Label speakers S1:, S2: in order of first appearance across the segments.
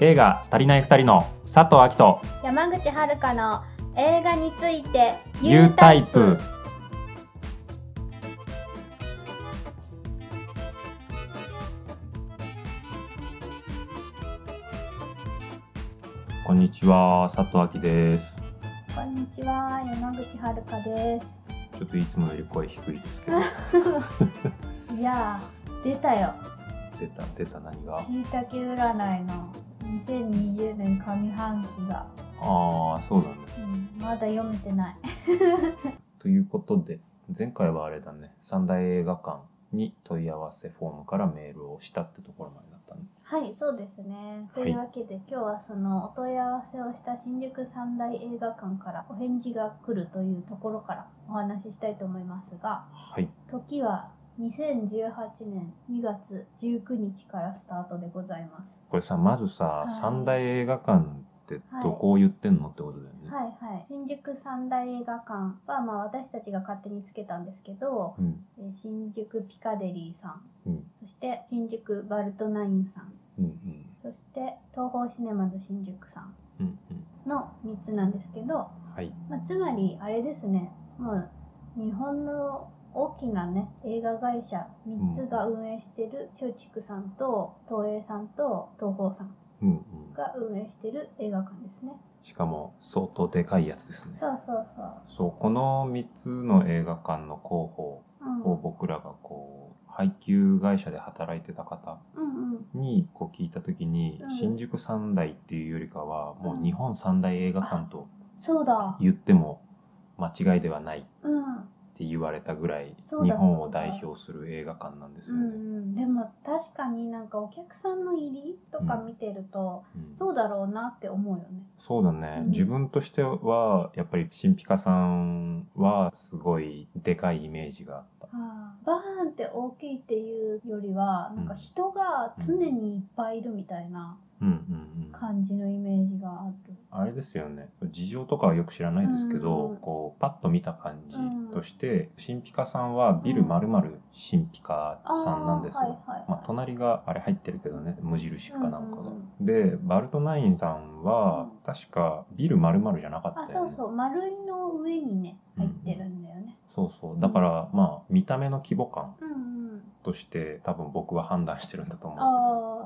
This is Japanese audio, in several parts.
S1: 映画足りない二人の佐藤明人
S2: 山口遥の映画について
S1: U タイプこんにちは佐藤明です
S2: こんにちは山口遥で
S1: ちょっといつもより声低いですけ ど
S2: すいやー出たよ
S1: 出た出た何が
S2: しいたけ占いの2020年上半期が、
S1: ああそうなんだ
S2: うん、まだ読めてない
S1: ということで前回はあれだね三大映画館に問い合わせフォームからメールをしたってところまでだったね
S2: はいそうですねと
S1: はい
S2: いうわけで、今日はそのお問い合わせをした新宿三大映画館からお返事が来るというところからお話ししたいと思いますが
S1: はい
S2: 時は2018年2月19日からスタートでございます
S1: これさまずさ、
S2: い
S1: 三大映画館ってどこを言ってんのってことだよね、
S2: はいはい新宿三大映画館はまあ私たちが勝手につけたんですけど
S1: うん
S2: えー新宿ピカデリーさん
S1: うん
S2: そして新宿バルトナインさん
S1: うんうん
S2: そして東宝シネマズ新宿さん
S1: うんうん
S2: の3つなんですけど、
S1: はい
S2: まあ、つまりあれですねもう日本の大きなね映画会社3つが運営してる松竹さんと東映さんと東宝さん
S1: うんうん
S2: が運営してる映画館ですね
S1: しかも相当でかいやつですね
S2: そうそうそう
S1: そうこの3つの映画館の候補
S2: うん
S1: を僕らがこう配給会社で働いてた方
S2: うんうん
S1: にこう聞いた時に、
S2: うん
S1: 新宿三大っていうよりかはも
S2: う
S1: うん日本三大映画館と
S2: そうだ
S1: 言っても間違いではないっ
S2: うん
S1: て言われたぐらい
S2: そう
S1: 日
S2: だ
S1: 本を
S2: そうだ
S1: 代表する映画館なんです
S2: う
S1: よ
S2: ん
S1: ね。
S2: うん、でも確かになんかお客さんの入りとか見てると、
S1: うん
S2: そうだろうなって思うよね。
S1: そうだね、
S2: うん
S1: 自分としてはやっぱり新ピカさんはすごいでかいイメージがあった。
S2: あーバーンって大きいっていうよりはなんか
S1: うん
S2: 人が常にいっぱいいるみたいな
S1: うんうんうん、
S2: 感じのイメージがある。
S1: あれですよね事情とかはよく知らないですけど、
S2: うん
S1: こうパッと見た感じとして、新ピカさんはビルまるまる新ピカ
S2: あー
S1: さんなんですよ。
S2: はいはい
S1: まあ、隣があれ入ってるけどね無印かなんかが、
S2: うん
S1: でバルトナインさんは、
S2: うん
S1: 確かビル丸々じゃなかっ
S2: あ
S1: たよ
S2: そ
S1: ね
S2: うそう丸いの上にね
S1: うん
S2: 入ってるんだよね。
S1: そうそうだから、まあ見た目の規模感
S2: うんうん。
S1: として多分僕は判断してるんだと思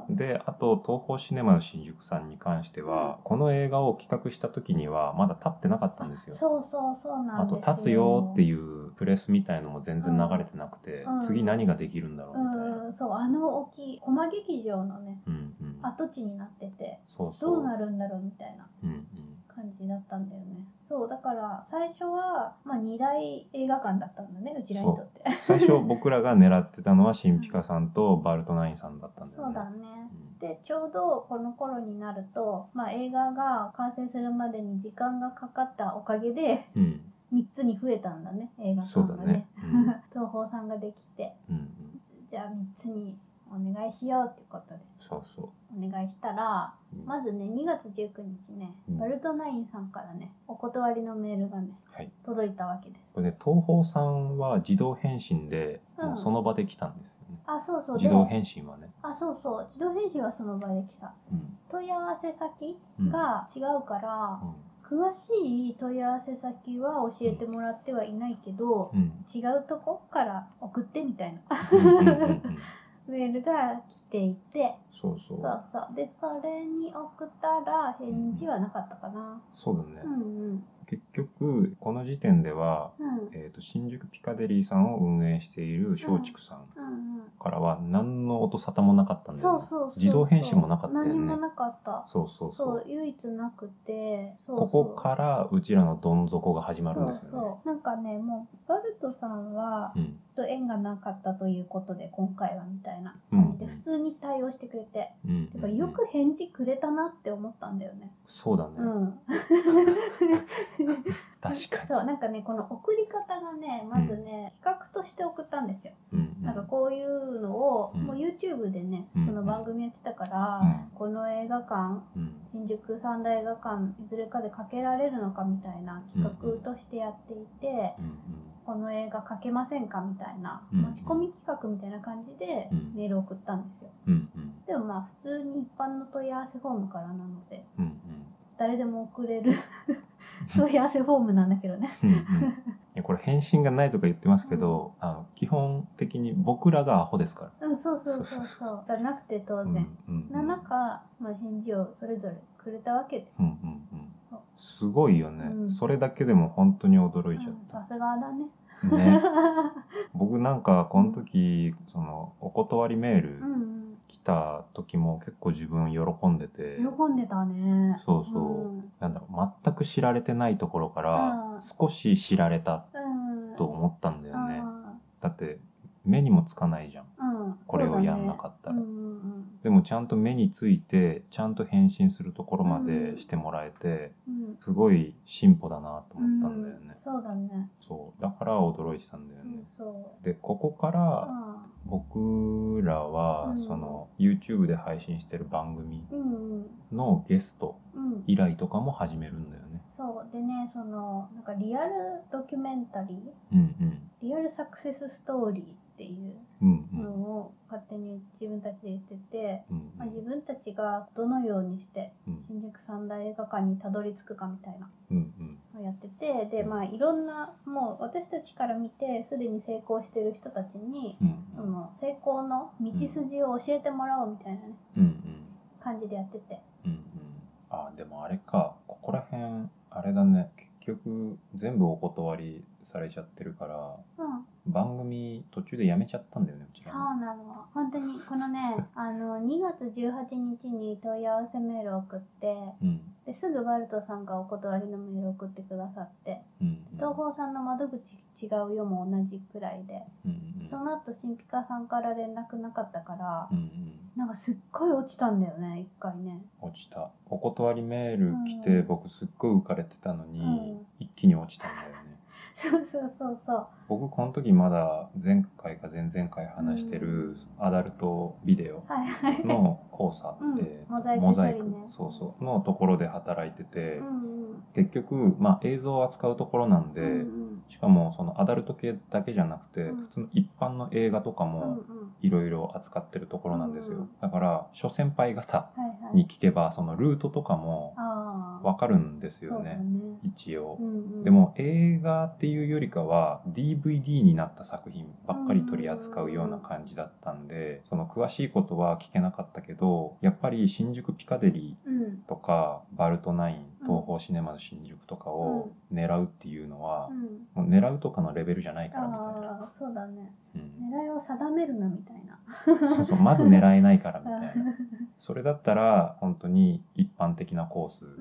S1: うけど
S2: ああ
S1: であと東宝シネマの新宿さんに関しては、この映画を企画した時にはまだ立ってなかったんですよ
S2: そうそうそうな
S1: あ
S2: んです
S1: と「立つよ」って
S2: う。
S1: いうプレスみたいのも全然流れてなくて、
S2: うん
S1: 次何ができるんだろうみたいな、
S2: うんそうあの大きい駒劇場のね
S1: うんうん、
S2: 跡地になってて
S1: そうそう
S2: どうなるんだろうみたいな。
S1: うんうん
S2: 感じだったんだよねそうだから最初は、まあ、2大映画館だったんだねうちらにとって
S1: 最初僕らが狙ってたのは新ピカさんとバルトナインさんだったんだよ
S2: そう
S1: ね。
S2: だねでちょうどこの頃になると、まあ、映画が完成するまでに時間がかかったおかげで
S1: うんうん
S2: 3つに増えたんだね映画
S1: そう
S2: 館
S1: だ
S2: がね
S1: ね。うん
S2: 東宝さんができて
S1: うん
S2: じゃあ3つにお願いしようってことで
S1: そうそ
S2: お願いしたら
S1: う。うん
S2: まずね2月19日ね、
S1: うん
S2: バルトナインさんからねお断りのメールがね
S1: はい。
S2: 届いたわけです
S1: これね東宝さんは自動返信で
S2: うん
S1: もうその場で来たんですよね。
S2: あそうそうで
S1: 自動返信はね。
S2: あそうそう自動返信はその場で来た
S1: うん
S2: 問い合わせ先
S1: うん
S2: が違うから
S1: う、ん
S2: 詳しい問い合わせ先は教えてもらってはいないけど、
S1: うん
S2: 違うとこから送ってみたいな
S1: うんうんうんうん
S2: メールが来ていて
S1: そうそ
S2: そう
S1: う。
S2: そうでそれに送ったら返事はなかったかな
S1: そうだ
S2: う
S1: ね。
S2: んうん
S1: 結局この時点では
S2: うん
S1: えっと新宿ピカデリーさんを運営している松竹さん
S2: うんうん
S1: からは何の音沙汰もなかったんだよ
S2: そ
S1: ね
S2: う。そうそう
S1: 自動返信もなかったよね
S2: 何もなかった
S1: そうそうそ
S2: そうう。唯一なくてそうそう
S1: ここからうちらのどん底が始まるんですよね。
S2: そうそうなんかねもうバルトさんは
S1: うん
S2: ちょっと縁がなかったということで今回はみたいな
S1: う
S2: 感
S1: ん
S2: じで普通に対応してくれて、
S1: うん
S2: てかよく返事くれたなって思ったんだよね。
S1: そうだね、
S2: うん、
S1: 確 かに
S2: そうなんかねこの送り方がねまずね、企画として送ったんですよ。
S1: うん
S2: なんかこういうのを、
S1: うん
S2: もう YouTube でね、
S1: うん
S2: その番組やってたから、
S1: うん
S2: この映画館
S1: うん
S2: 新宿三大映画館いずれかでかけられるのかみたいな企画としてやっていて、
S1: うん
S2: この映画描けませんかみたいな、
S1: うん
S2: 持ち込み企画みたいな感じで
S1: うん
S2: メールを送ったんですよ。
S1: うんうん
S2: でもまあ普通に一般の問い合わせフォームからなので、
S1: うん
S2: 誰でも送れる 問い合わせフォームなんだけどね。
S1: うんうんうんいやこれ返信がないとか言ってますけど、あの基本的に僕らがアホですから。
S2: うん、そう そうそうそう。がなくて当
S1: うんう
S2: 然。
S1: んう
S2: なん中、まあ、返事をそれぞれくれたわけです。
S1: うんうんうん
S2: そう
S1: すごいよね、
S2: うん
S1: それだけでも本当に驚いちゃっ
S2: うん
S1: た
S2: さ、すがだね。
S1: ね僕なんかこの時そのお断りメール
S2: うんうん。
S1: 来た時も結構自分喜んでて、
S2: 喜んでたね。
S1: そうそう、
S2: うん
S1: なんだろう全く知られてないところか
S2: う
S1: ら
S2: ん
S1: 少し知られた
S2: うん。
S1: と思ったんだよね、
S2: あ
S1: だって目にもつかないじゃん
S2: ーうん。
S1: これをやんなかった
S2: そうだ
S1: ら、
S2: ねうんうんうん
S1: でもちゃんと目についてちゃんと返信するところま
S2: う
S1: で
S2: ん
S1: してもらえて、
S2: うん
S1: すごい進歩だなと思ったんだよね、
S2: うんそうだね。
S1: そうだから驚いてたんだ
S2: そ
S1: よ
S2: う
S1: ね。
S2: そう。
S1: でここから
S2: あ
S1: 僕らは
S2: うん
S1: その YouTube で配信してる番組
S2: ーうんうん。
S1: のゲスト
S2: うん。
S1: 依頼とかも始めるんだよね。
S2: そう。でね、その、なんかリアルドキュメンタリー、
S1: うん
S2: リアルサクセスストーリーっていう
S1: うんう
S2: の
S1: ん
S2: を勝手に自分たちで言ってて、
S1: うんうん
S2: まあ、自分たちがどのようにして
S1: うん
S2: 新宿三大映画館にたどり着くかみたいな
S1: うんうん
S2: のをやってて、で、まあいろんな、もう私たちから見て、すでに成功してる人たちに、
S1: うん
S2: その成功の道筋を教えてもらおうみたいなね、
S1: うんうん
S2: 感じでやってて。
S1: うんうんあでもあれかここら辺あれだね結局全部お断りされちゃってるから
S2: うん。
S1: 番組途中でやめちゃったんだよねうち
S2: そ
S1: ら
S2: う
S1: ね
S2: なの。本当に、この ね、あの、2月18日に問い合わせメールを送って、
S1: うん
S2: ですぐバルトさんがお断りのメールを送ってくださって、
S1: うんうん
S2: 東宝さんの窓口違うよも同じくらいで、
S1: うんうん
S2: その後、新ピカさんから連絡なかったから
S1: う、んうん
S2: なんかすっごい落ちたんだよね、一回ね。
S1: 落ちたお断りメール来
S2: う
S1: て
S2: ん
S1: 僕すっごい浮かれてたのに、
S2: うん
S1: 一気に落ちたんだよね
S2: そうそうそうそう。
S1: 僕この時まだ前回か前々回話してるアダルトビデオ
S2: はいはい。
S1: の交差、
S2: うん
S1: えー
S2: モザイク
S1: モザイ
S2: 処
S1: ク
S2: 理ね
S1: そうそうのところで働いてて、
S2: うんうん。
S1: 結局、まあ、映像を扱うところなんで、
S2: うんうん
S1: しかもそのアダルト系だけじゃなくて、
S2: うん
S1: 普通の一般の映画とか
S2: うん
S1: も
S2: うん。
S1: いろいろ扱ってるところなんですよ、
S2: うん
S1: だから諸先輩方
S2: はいはい。
S1: に聞けばそのルートとかも
S2: ああ。
S1: わかるんです
S2: そ
S1: よ
S2: うだ
S1: ね
S2: ね。
S1: 一応、
S2: うんうん
S1: で、も映画っていうよりかは DVD になった作品ばっかり取り扱うような感じだったんでその詳しいことは聞けなかったけどやっぱり新宿ピカデリ
S2: うん。
S1: ーとかバルトナイン
S2: うん
S1: 東宝シネマズ新宿とかを狙うっていうのは
S2: う、ん。
S1: もう狙うとかのレベルじゃないからみたいな、
S2: ああ、そうだね。
S1: うん
S2: 狙いを定めるなみたいな。
S1: そうそうまず狙えないからみたいな
S2: う
S1: それだったら本当に一般的なコース、
S2: んうん。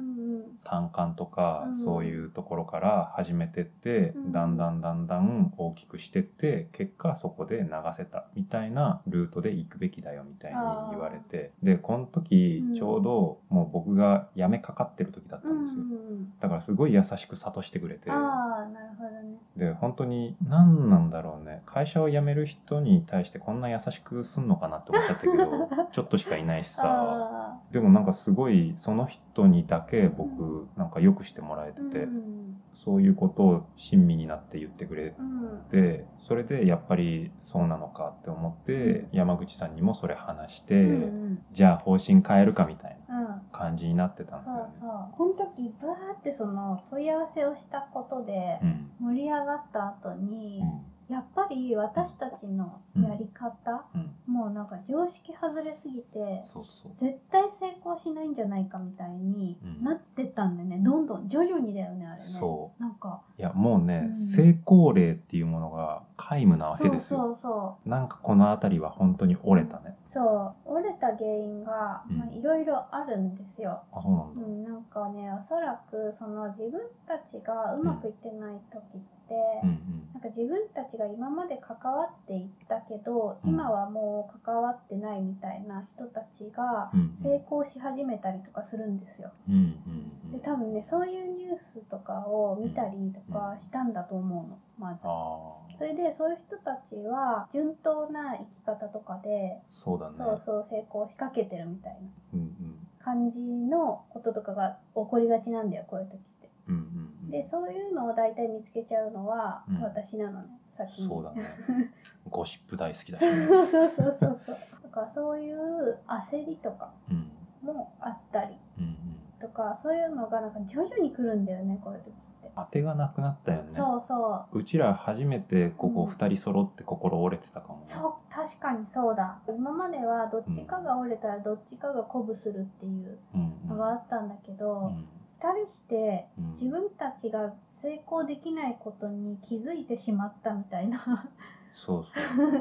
S1: 単管とか、
S2: うん
S1: そういうところから始めてって、
S2: うん
S1: だんだんだんだん大きくしてって結果そこで流せたみたいなルートで行くべきだよみたいに言われてでこの時
S2: うん
S1: ちょうどもう僕が辞めかかってる時だった
S2: うん
S1: ん
S2: う
S1: ですよ、
S2: ん
S1: だからすごい優しく諭してくれ
S2: う
S1: て
S2: ん。ああ、なるほどね。
S1: で本当に何なんだろうね会社を辞める人に対してこんな優しくすんのかなって思っちゃったけど ちょっとしかいないしさ
S2: あ
S1: でもなんかすごいその人にだけ僕なんかよくしてもらえ
S2: あ。
S1: て
S2: うん
S1: て、
S2: うん
S1: そういうことを親身になって言ってくれ
S2: うん。
S1: てそれでやっぱりそうなのかって思って、
S2: うん
S1: 山口さんにもそれ話して、
S2: うんうん。
S1: じゃあ方針変えるかみたい
S2: うん。
S1: な感じになってたん
S2: そ
S1: ですよ
S2: う
S1: ね。
S2: そう。この時、バーってその問い合わせをしたことで
S1: う、ん
S2: 盛り上がった後に、やっぱり私たちのやり方、
S1: うんうん
S2: もうなんか常識外れすぎて、
S1: そうそう
S2: 絶対成功しないんじゃないかみたいに
S1: うん
S2: なってったんでね、どんどん徐々にだよねあれね
S1: そ
S2: なんか
S1: いやもうね、
S2: うん
S1: 成功例っていうものが皆無なわけですよ
S2: そうそ
S1: なんかこの辺りは本当に折れたね
S2: うそう折れた原因が
S1: うん
S2: まあいろいろあるんですよ、
S1: あそうなん
S2: う
S1: だ
S2: ん、なんかねおそらくその自分たちがうまくいってない時って、
S1: うん
S2: なんか自分たちが今まで関わっていったけど、
S1: うん
S2: 今はもう関わってないみたいな人たちが
S1: うんうん
S2: 成功し始めたりとかするんですよ
S1: うんうんう
S2: で
S1: ん
S2: 多分ねそういうニュースとかを見たりとかしたんだと思うのまず
S1: ああ
S2: それでそういう人たちは順当な生き方とかで
S1: そうだね
S2: そうそう成功しかけてるみたいな
S1: うんうん
S2: 感じのこととかが起こりがちなんだよこういう時って
S1: うんうんうん
S2: でそういうのを大体見つけちゃうのは
S1: うん
S2: 私なのね、先に
S1: そうだねゴシップ大好きだし、
S2: そうそうそうそうそうだからそういう焦りとか
S1: うん
S2: もあったり
S1: うんうん、
S2: とかそういうのがなんか徐々に来るんだよねこういう時って、
S1: 当てがなくなったよね
S2: そうそう
S1: うちら初めてここ
S2: うん
S1: 2人揃って心折れてたかもね、
S2: そう確かにそうだ今まではどっちかが折れたらどっちかが鼓舞するっていう
S1: うんうん
S2: のがあったんだけ
S1: う
S2: ど、
S1: ん
S2: 二人して
S1: うん
S2: 自分たちが成功できないことに気づいてしまったみたいな
S1: そう そ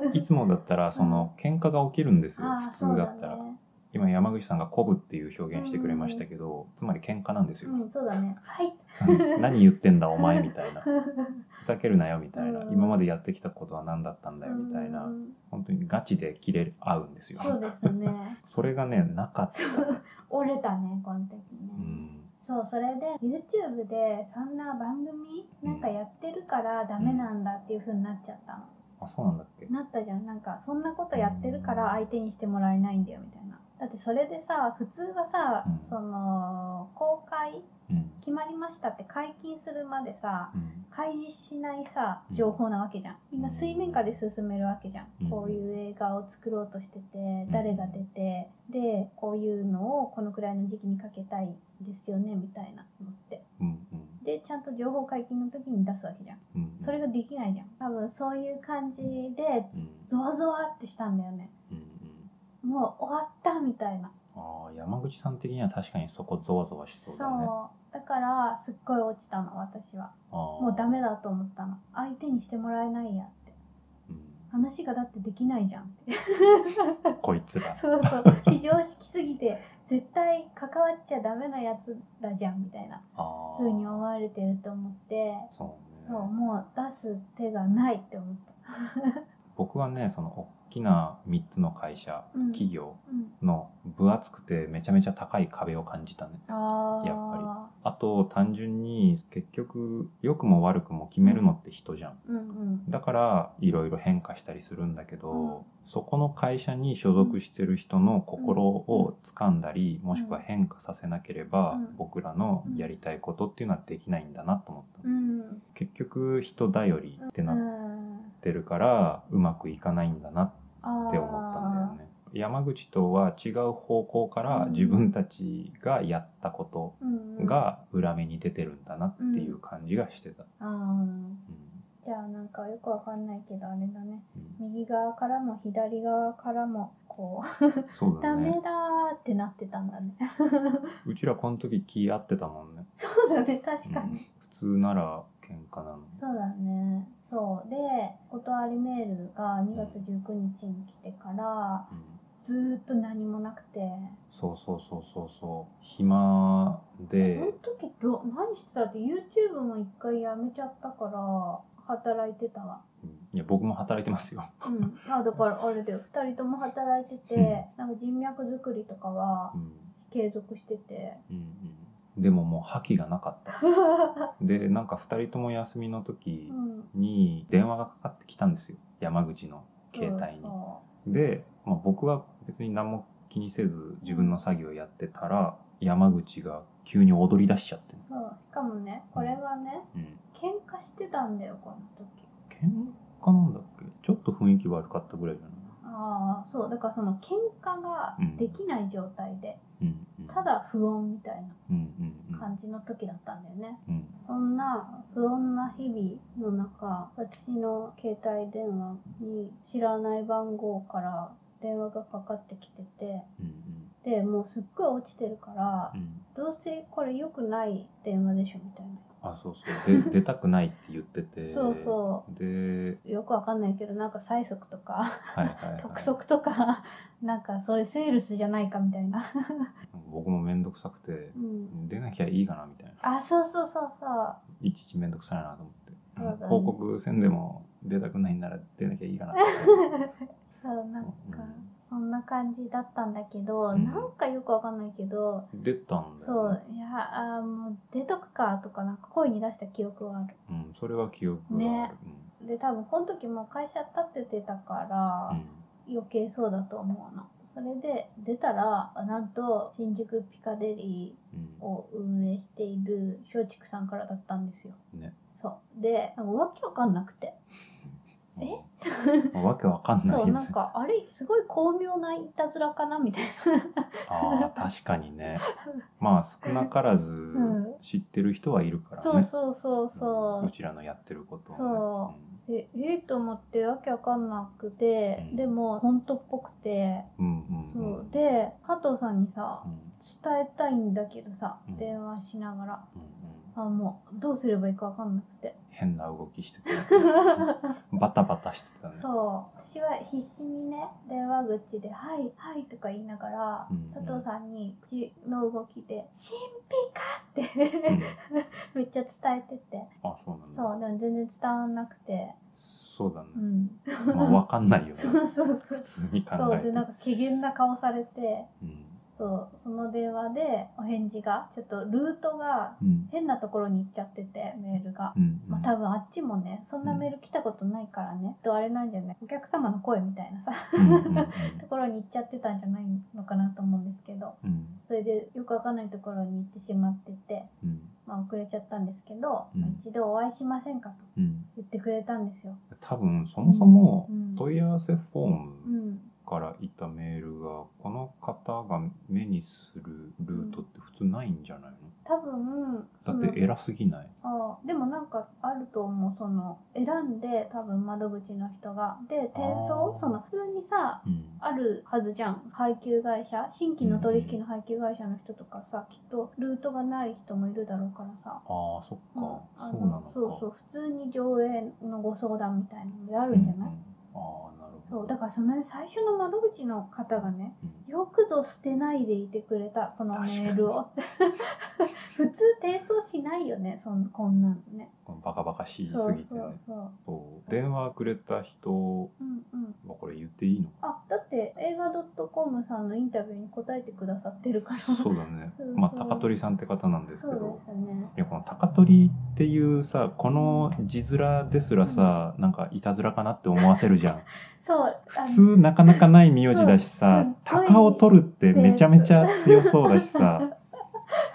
S1: ういつもだったらその喧嘩が起きるんですよ、
S2: ああ
S1: 普
S2: そう
S1: 通だ
S2: だ
S1: ったら、
S2: ね
S1: 今山口さんが「こぶ」っていう表現してくれましたけど、つまり喧嘩なんですよ、
S2: うんそうだねはい
S1: 何言ってんだお前みたいなふざけるなよみたいな、
S2: うん
S1: 今までやってきたことは何だったんだよみたいな、
S2: うん
S1: 本当にガチで切れ合うんですよ
S2: そうですね
S1: それがねなかった、
S2: 折れたねこの時ね、
S1: うん
S2: そうそれで YouTube でそんな番組なんかやってるからダメなんだっていう風になっちゃったの、
S1: あそうなんだっけ
S2: なったじゃんなんかそんなことやってるから相手にしてもらえないんだよみたいなだってそれでさ普通はさ、
S1: うん
S2: その公開
S1: うん
S2: 決まりましたって解禁するまでさ
S1: うん
S2: 開示しないさ
S1: うん
S2: 情報なわけじゃんみんな
S1: うん
S2: 水面下で進めるわけじゃん、
S1: うん
S2: こういう映画を作ろうとしてて誰が出て、でこういうのをこのくらいの時期にかけたいですよねみたいな思って
S1: うんうん
S2: でちゃんと情報解禁の時に出すわけじゃん
S1: うん
S2: それができないじゃん多分そういう感じで
S1: うん
S2: ゾワゾワってしたんだよね
S1: うんうん
S2: もう終わったみたいな
S1: あー山口さん的には確かにそこゾワゾワしそうだね
S2: だからすっごい落ちたの私はも
S1: も
S2: うダメ、だと思ったの相手にしてもらえないやって
S1: うん
S2: 話がだってできないじゃんって
S1: こいつら
S2: そうそう非常識すぎて絶対関わっちゃダメなやつらじゃんみたいな
S1: あー
S2: 風に思われてると思って
S1: そうね
S2: そうもう出す手がないって思った、
S1: 僕はねその大きな3つの会社、
S2: うん
S1: 企業
S2: うん、
S1: の分厚くてめちゃめちゃ高い壁を感じたね
S2: あー
S1: やっぱあと単純に結局良くも悪くも決めるのって人じゃん
S2: うんうん
S1: だからいろいろ変化したりするんだけど、
S2: うん
S1: そこの会社に所属してる人の心を掴んだり、もしくは変化させなければ、
S2: うん
S1: 僕らのやりたいことっていうのはできないんだなと思った、
S2: うん
S1: 結局人頼りってなっ
S2: うん
S1: てるから、うまくいかないんだなって思ったんだよね山口とは違う方向から
S2: うん
S1: 自分たちがやったこ
S2: うんう
S1: と
S2: ん、あ
S1: が裏目に出てるんだなっていう感じがしてた、
S2: ー
S1: うん
S2: じゃあなんかよくわかんないけどあれだね
S1: うん
S2: 右側からも左側からもこ
S1: そう
S2: う
S1: だ
S2: ダメ
S1: ね
S2: だーってなってたんだね
S1: うちらこの時気合ってたもんね
S2: そうだね確か
S1: うん
S2: に、
S1: 普通なら喧嘩なの
S2: そうだねそうで断りメールが2月19日に来てから
S1: うん、
S2: ずーっと何もなくて
S1: そうそうそうそうそう暇
S2: こ
S1: で
S2: の時ど何してたって YouTube も一回やめちゃったから働いてたわ
S1: うんいや僕も働いてます よ、
S2: うん、あだからあれだよ2人とも働いてて、
S1: うん
S2: なんか人脈作りとかは
S1: うん
S2: 継続してて
S1: うんうん、でももう覇気がなか ったでなんか2人とも休みの時
S2: うん
S1: に電話がかかってきたんですよ山口の携帯に
S2: そう
S1: で、まあ、僕は別に何も気にせず自分の作業やってたら山口が急に踊り出しちゃって、
S2: そうそうしかもねこれがね
S1: うん、
S2: 喧嘩してたんだよこの時
S1: 喧嘩なんだっけちょっと雰囲気悪かったぐらいじゃない
S2: ああそうだからその喧嘩ができない状態で、
S1: うんうん
S2: ただ不穏みたい
S1: うんうんうん
S2: な感じの時だったんだよね、
S1: うん
S2: そんな不穏な日々の中私の携帯電話に知らない番号から電話がかかってきてて
S1: うん
S2: でもうすっごい落ちてるから
S1: うんうん
S2: どうせこれ良くない電話でしょみたいな、
S1: あそうそう で出たくないって言ってて
S2: そうそう
S1: で
S2: うよくわかんないけどなんか催促とか
S1: はいはい、はい、
S2: 督促とか なんかそういうセールスじゃないかみたいな、
S1: 僕も面倒くさくて
S2: うん、
S1: 出なきゃいいかなみたいな
S2: あそうそうそうそう
S1: いちいち面倒くさいなと思って、
S2: そうだね
S1: 広告せんでも出たくないなら出なきゃいいかなって
S2: そうなんか
S1: うん
S2: そんな感じだったんだけど、
S1: うん
S2: なんかよくわかんないけど、
S1: 出たんだ
S2: そ
S1: よ、
S2: う
S1: ね、
S2: いやあーもう出とくかとかなんか声に出した記憶はあ
S1: そう、ん、それは記憶がある、
S2: るで多分この時もう会社立ててたから
S1: うん、
S2: 余計そうだと思うのそれで出たらなんと新宿ピカデリ
S1: うん
S2: ーを運営している松竹さんからだったんですよ
S1: ね
S2: そうでなんかわけわかんなくて
S1: えわけわかんない
S2: そ
S1: よ
S2: う
S1: ね
S2: なんかあれすごい巧妙ないたずらかなみたいな
S1: あー確かに ねまあ少なからず
S2: ん
S1: 知ってる人はいるからね、
S2: そうそうそうそう
S1: うんうちらのやってることをね
S2: そでえー、と思ってわけわかんなくて、
S1: うん
S2: でも本当っぽくて、
S1: うんうんうん
S2: そうで加藤さんにさ
S1: うん
S2: 伝えたいんだけどさ、
S1: うん
S2: 電話しながら
S1: うんうん
S2: あもうどうすればいいかわかんなくて
S1: 変な動きして たバタバタしてたね
S2: そう私は必死にね電話口で「はいはい」とか言いながら、
S1: うん
S2: 佐藤さんに口の動きで「神秘か!」って
S1: うん
S2: めっちゃ伝えてて
S1: あそうなんだ
S2: そうでも全然伝わんなくて
S1: そうだね
S2: う、ん
S1: まあ、わかんないよね
S2: そうそうそう
S1: 普通に考
S2: そ
S1: え
S2: う
S1: て
S2: でなんか機嫌な顔されて
S1: うん
S2: そうその電話でお返事がちょっとルートが
S1: うん
S2: 変なところに行っちゃっててメールが
S1: う。んうん
S2: まあ、多分あっちもねそんなメール来たことないからね、とあれなんじゃないお客様の声みたいなさ
S1: うんうん
S2: ところに行っちゃってたんじゃないのかなと思うんですけど
S1: うん
S2: それでよくわかんないところに行ってしまってて、
S1: うん
S2: まあ、遅れちゃったんですけど、
S1: うん
S2: 一度お会いしませんかと
S1: うん
S2: 言ってくれたんですよ。
S1: 多分そもそも
S2: うん
S1: 問い合わせフォー
S2: う
S1: ム
S2: ん、
S1: からいたメールがこの方が目にするルートって普通ないんじゃないの
S2: 多分
S1: だって
S2: え
S1: 偉すぎない
S2: あでもなんかあると思うその選んで多分窓口の人がで転送
S1: あー
S2: その普通にさ
S1: うん
S2: あるはずじゃん配給会社新規の取引の配給会社の人とかさ、きっとルートがない人もいるだろうからさ、
S1: ああそっ
S2: う
S1: か
S2: ん
S1: そ
S2: あ
S1: うなのか
S2: そうそう普通に上映のご相談みたいなのであ
S1: あ
S2: るんじゃない、
S1: ああなるほど
S2: そうだからその、ね、最初の窓口の方がね
S1: うん
S2: よくぞ捨てないでいてくれたこのメールを 普通転送しないよねそんこんなのね
S1: このバカバカしす
S2: そう
S1: ぎて
S2: そ
S1: ね
S2: うそう
S1: そう電話くれた人
S2: うんうん
S1: はこれ言っていいの
S2: あだって映画 .com さんのインタビューに答えてくださってるから
S1: そうだね
S2: そうそう
S1: まあ高取さんって方なんですけ
S2: そう
S1: ど
S2: ですね
S1: いやこの高取っていうさこの字面ですらさ、なんかいたずらかなって思わせるじゃん
S2: そう
S1: 普通なかなかない名字だしさ「
S2: そう
S1: 高を取る」ってめちゃめちゃ強そうだしさ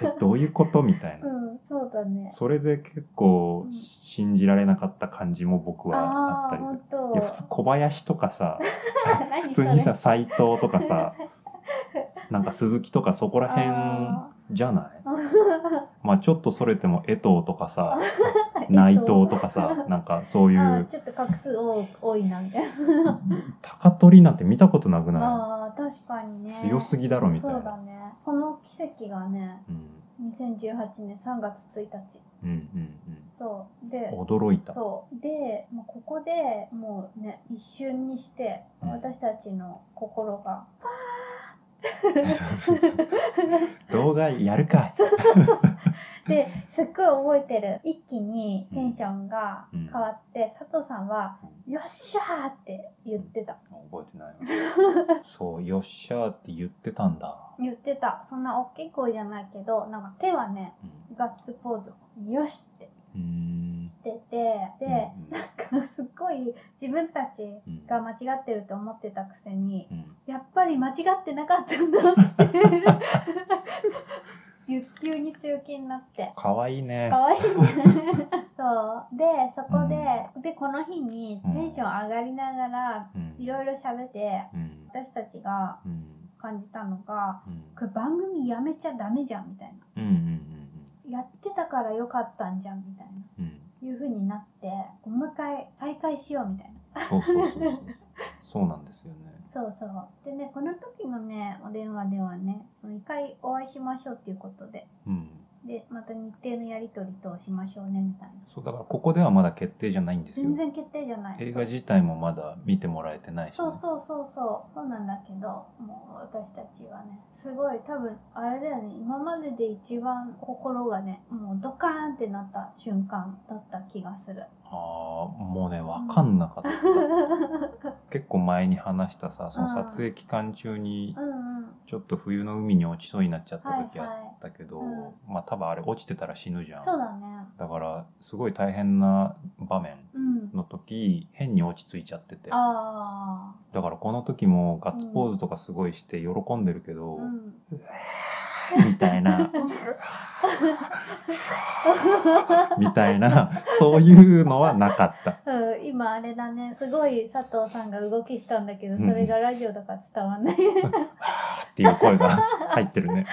S1: えどういうことみたいな、
S2: うん、そうだね。
S1: それで結構
S2: うん
S1: 信じられなかった感じも僕はあっ
S2: ああ
S1: た
S2: ー、
S1: りする
S2: 本。当。
S1: いや普通小林とかさ
S2: 何
S1: 普通にさ
S2: そ
S1: 斎藤とかさなんか鈴木とかそこら
S2: れ
S1: 辺
S2: あ
S1: じゃない
S2: ー
S1: まあちょっとそれても江藤とかさ
S2: えっと
S1: 内藤とかさなんかそうい
S2: あー
S1: う
S2: ちょっと画数多多いなみたいな。
S1: 高取なんて見たことなくな
S2: ああ、確かに
S1: い
S2: ね。
S1: 強すぎだろみたい
S2: そうだ
S1: な。
S2: ね。この奇跡がね、
S1: うん
S2: 2018年3月1日。
S1: うん
S2: そ
S1: う
S2: う。
S1: ん
S2: で
S1: う、ん驚いた。
S2: そう。で、もうここでもうね、一瞬にして、
S1: うん
S2: 私たちの心 が、
S1: 動画やるかい。
S2: ですっごい覚えてる。一気にテンションが変わって、佐藤さんは、よっしゃーって言ってた。
S1: 覚えてないわそうよっしゃーって言ってたんだ。
S2: 言ってた。そんな大きい声じゃないけど、なんか手はね、
S1: うん
S2: ガッツポーズ。よしって
S1: うーん。
S2: してて、で、なんか すっごい自分たち
S1: うん
S2: が間違ってると思ってたくせに、
S1: うん
S2: やっぱり間違ってなかったんだって。 ゆっ急に中気になって。
S1: 可愛いね
S2: か。わいいね。そう。で、そこで、で、この日にテンション上がりながら、
S1: うん
S2: いろいろ喋って、
S1: うん
S2: 私たちが
S1: うん
S2: 感じたのが
S1: うん
S2: これ番組やめちゃダメじゃんみたい
S1: うんうん
S2: なやってたからよかったんじゃんみたいな
S1: うんうん
S2: いう風になってもう一回再開しようみたいな
S1: そうそうそうそうそうなんですよね。
S2: そうそうでねこの時のねお電話ではねその一回お会いしましょうっていうことで
S1: うん。
S2: でまた日程のやり取りとしましょうねみたいな
S1: そうだからここではまだ決定じゃないんですよ
S2: 全。然決定じゃない
S1: 映画自体もまだ見てもらえてないしね、
S2: そうそうそうそうそうなんだけどもう私たちはねすごい多分あれだよね今までで一番心がねもうドカーンってなった瞬間だった気がする
S1: ああもうね分かんなかった。結構前に話したさその撮影期間中に
S2: うんうん
S1: ちょっと冬の海に落ちそうになっちゃった
S2: はい
S1: 時あっ
S2: は
S1: たけど、
S2: うん
S1: まあ多分あれ落ちてたら死ぬじ
S2: い
S1: ゃん。
S2: そうだね
S1: だからすごい大変な場面
S2: うん。
S1: の時変に落ち着いちゃっててだ
S2: あ
S1: からこの時もガッツポーズとかすごいして喜んでるけ
S2: あ。
S1: ど、
S2: うん。
S1: みたいなみたいなそういうのはなかった
S2: うん、今あれだねすごい佐藤さんが動きしたんだけど
S1: う
S2: そ
S1: ん
S2: れがラジオだから伝わんない、
S1: っていう声 が入ってるね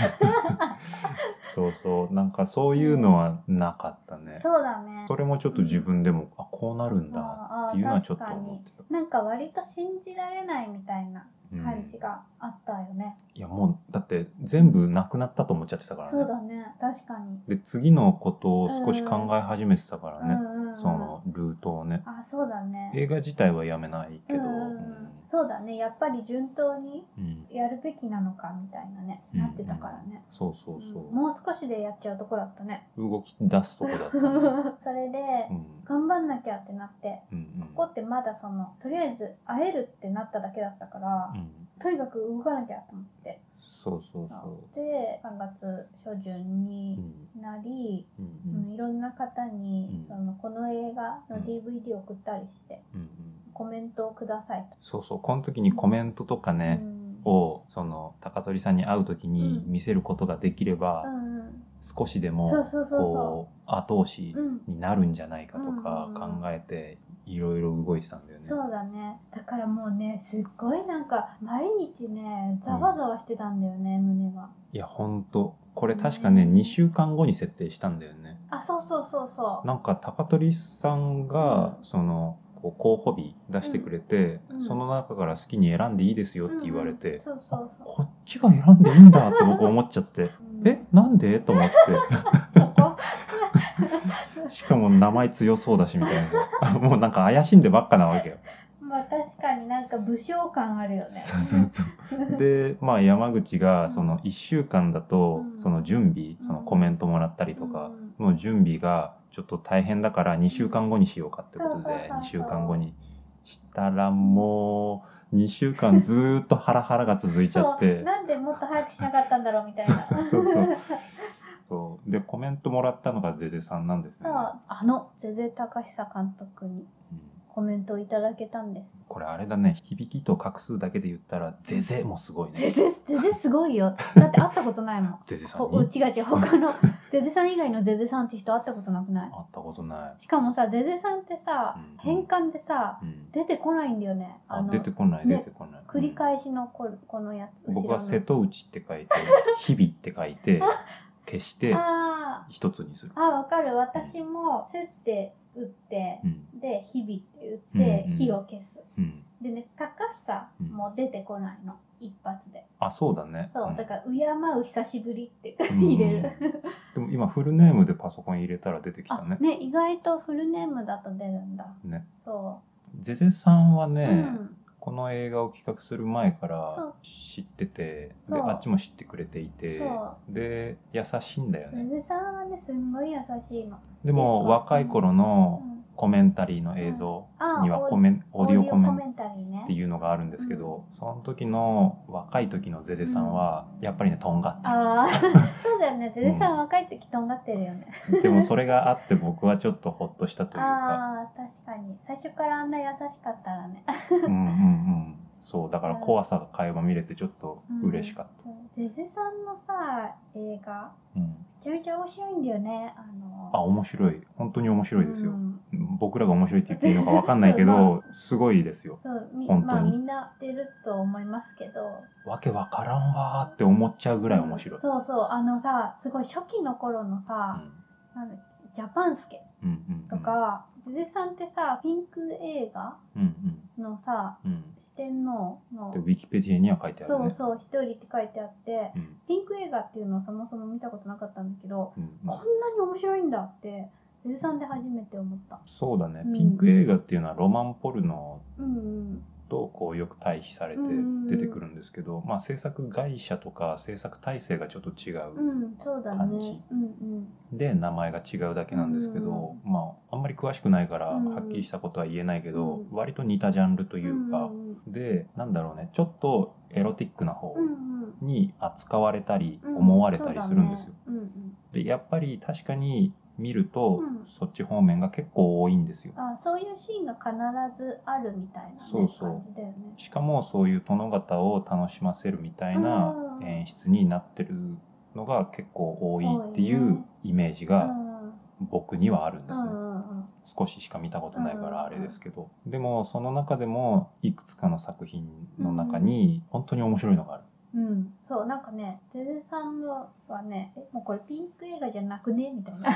S1: そうそうなんかそういうのはなかったね
S2: そうだね
S1: それもちょっと自分でも、あこうなるんだ
S2: あーあー
S1: っていうのはちょっと
S2: 確かに
S1: 思ってた、
S2: なんか割と信じられないみたいな
S1: うん
S2: 感じがあったよね、
S1: いやもうだって全部なくなったと思っちゃってたから
S2: そう
S1: ね
S2: だね確かに、
S1: で次のことを少し考え始めてたから
S2: う
S1: ね、
S2: んうんうん
S1: そのルートをね
S2: あそうだね
S1: 映画自体はやめないけど、
S2: うんうんうんそうだねやっぱり順当に
S1: うんうん
S2: やるべきなのかみたいなね、
S1: うん
S2: なってたからね、
S1: そうそうそう
S2: うん、もう少しでやっちゃうとこだったね
S1: 動き出すとこだった、
S2: そ
S1: ね
S2: れで、
S1: うん
S2: 頑張んなきゃってなって
S1: うんうん、
S2: ここってまだそのとりあえず会えるってなっただけだったから、
S1: うん、
S2: とにかく動かなきゃと思って
S1: そうそうそ
S2: で3月初旬
S1: う、う
S2: に
S1: ん
S2: なり、
S1: うんう
S2: うん
S1: ん
S2: いろんな方に、
S1: うん
S2: そのこの映画
S1: う
S2: の
S1: ん
S2: DVD を送ったりして、
S1: うんうん、
S2: コメントをくださいと。
S1: そうそうこの時にコメントとかね、
S2: うん
S1: をその高取さんに会う時に見せることができれば、
S2: うんうん
S1: 少しで
S2: そう
S1: も
S2: そうそうそ
S1: こう後押し
S2: う。うん
S1: になるんじゃないかと
S2: う
S1: か
S2: ん
S1: 考えていろいろ動いてたんだよね。
S2: そうだねだからもうねすっごいなんか毎日ねざわざわしてたんだよね、胸が
S1: いやほんとこれ確かね
S2: ね
S1: 2週間後に設定したんだよね。
S2: あそうそうそうそう
S1: なんか高取さんが
S2: うん
S1: そのこう候補日出してくれて、
S2: うんうん
S1: その中から好きに選んでいいですよって言われて、
S2: うんうんそうそうそう
S1: こっちが選んでいいんだって僕思っちゃって。
S2: うん
S1: えなんでと思って
S2: そこ
S1: しかも名前強そうだしみたいなもうなんか怪しんでばっかなわけよ
S2: まあ確かになんか武将感あるよね
S1: そうそう そう。で、まあ山口がその1週間だと
S2: うん
S1: その準備、
S2: うん
S1: そのコメントもらったりとか
S2: うん
S1: の準備がちょっと大変だから2週間後にしようかってこと
S2: そうそうそう
S1: で
S2: そう
S1: 2週間後にしたらもう2週間ずーっとハラハラが続いちゃっ
S2: そう
S1: て。
S2: なんでもっと早くしなかったんだろうみたいな
S1: そう そうそうそうでコメントもらったのがゼゼさんなんです
S2: そ
S1: よ
S2: う
S1: ね、
S2: あの瀬々隆久監督に
S1: うん
S2: コメントをいただけたんです
S1: これあれだね響きと画数だけで言ったらゼゼもすごいね
S2: 全然全然すごいよだって会ったことないもん
S1: ゼゼさ
S2: ほ
S1: ん
S2: 違う
S1: に
S2: 違う他のゼゼさん以外のゼゼさんって人会ったことなくない
S1: 会ったことない、
S2: しかもさゼゼさんってさ
S1: うん
S2: 変換でさ
S1: うん、
S2: 出てこないんだよね
S1: あ出てこない出
S2: ね
S1: てこない、
S2: 繰り返しのここのやつ
S1: 僕は
S2: 後ろ
S1: 瀬
S2: の
S1: 戸内って書いて「日々」って書い て消して
S2: あー
S1: 一つにする、
S2: あわかる私も「せ」って打って
S1: うん
S2: で「日々」って打って
S1: うんうん
S2: 火を消す
S1: うん、
S2: でね高久も出てこないの一発で
S1: あそうだね
S2: そう、
S1: ん
S2: だから「敬う久しぶり」って
S1: うん
S2: 入れる、
S1: でも今フルネームでパソコン入れたら出てきた
S2: あ
S1: ね
S2: ね意外とフルネームだと出るんだ
S1: ね
S2: そ
S1: ゼゼさんは
S2: う、
S1: ね、
S2: うん
S1: この映画を企画する前か
S2: そう
S1: ら知ってて
S2: そう
S1: であっちも知ってくれていて
S2: そ
S1: で優しいんだよ
S2: ね
S1: ね
S2: ずさんはねすんごい優しいの、
S1: でも
S2: うん
S1: 若い頃
S2: う
S1: の
S2: ん、
S1: コメンタリーの映像
S2: あ
S1: には
S2: オー
S1: コメンオーディオコメン
S2: オーディンタリーね
S1: っていうのがあるんですけど、その時の若い時のゼゼさんはやっぱりねとんがって
S2: あ あそうだよねずずさん
S1: うん
S2: 若い時とんがってるよね、
S1: るでもそれがあって僕はちょっとほっとしたというか、
S2: ああ確かに最初からあんな優しかったらね
S1: うんうんうん、そうだから怖さが会話見れてちょっと嬉しかった、
S2: ずずさんのさ映画
S1: うん
S2: めちゃめちゃ面白いんだよねあの
S1: あ面白い本当に面白いですよ、
S2: うん
S1: 僕らが面白いって言っていいのかわかんないけ どすごいですよ
S2: そうみ
S1: 本当に
S2: まあみんな知ってると思いますけど
S1: わけわからんわーって思っちゃうぐらい面白い、
S2: そうそうあのさすごい初期の頃の
S1: う
S2: さ、
S1: ん
S2: なんだっけジャパンスケ
S1: うんうん
S2: とか、ズゼさんってさピンク映画
S1: うんうん
S2: のさ
S1: うんうん
S2: 四天王の
S1: でウィキペディアには書いてある
S2: そ
S1: ね
S2: うそう一人って書いてあって
S1: うん
S2: ピンク映画っていうのをそもそも見たことなかったんだけど、
S1: うんうん
S2: こんなに面白いんだってズゼさんで初めて思った
S1: そうだね、
S2: うん
S1: ピンク映画っていうのはロマンポルノ
S2: うんうん
S1: とこうよく対比されて
S2: うん
S1: 出てくるんですけど、まあ、制作会社とか制作体制がちょっと違
S2: う
S1: う、
S2: んそうだ
S1: 感
S2: ね
S1: じ
S2: うんうん
S1: で名前が違うだけなんですけど、まあ、あんまり詳しくないから
S2: うん
S1: はっきりしたことは言えないけど、
S2: うん
S1: 割と似たジャンルというか
S2: う、ん
S1: でなんだろうねちょっとエロティックな方
S2: うんうん
S1: に扱われたり
S2: うん
S1: 思われたりするんですよ。
S2: そうだねうんうん
S1: でやっぱり確かに見ると、
S2: うん
S1: そっち方面が結構多いんですよ。
S2: あそういうシーンが必ずあるみたいな、ね、
S1: そうそう
S2: 感じだよね。
S1: しかもそういう殿方を楽しませるみたいな
S2: うん
S1: 演出になってるのが結構多いってい
S2: 多いね
S1: うイメージ
S2: う
S1: が
S2: ん
S1: 僕にはあるんで
S2: う
S1: すね。
S2: んうんうん
S1: 少ししか見たことないか
S2: うん
S1: らあれですけど、でもその中でもいくつかの作品の中に本当に面白いのがある、
S2: うん、そう、なんかね、ゼゼさんのはね、え、もうこれピンク映画じゃなくねみたい な。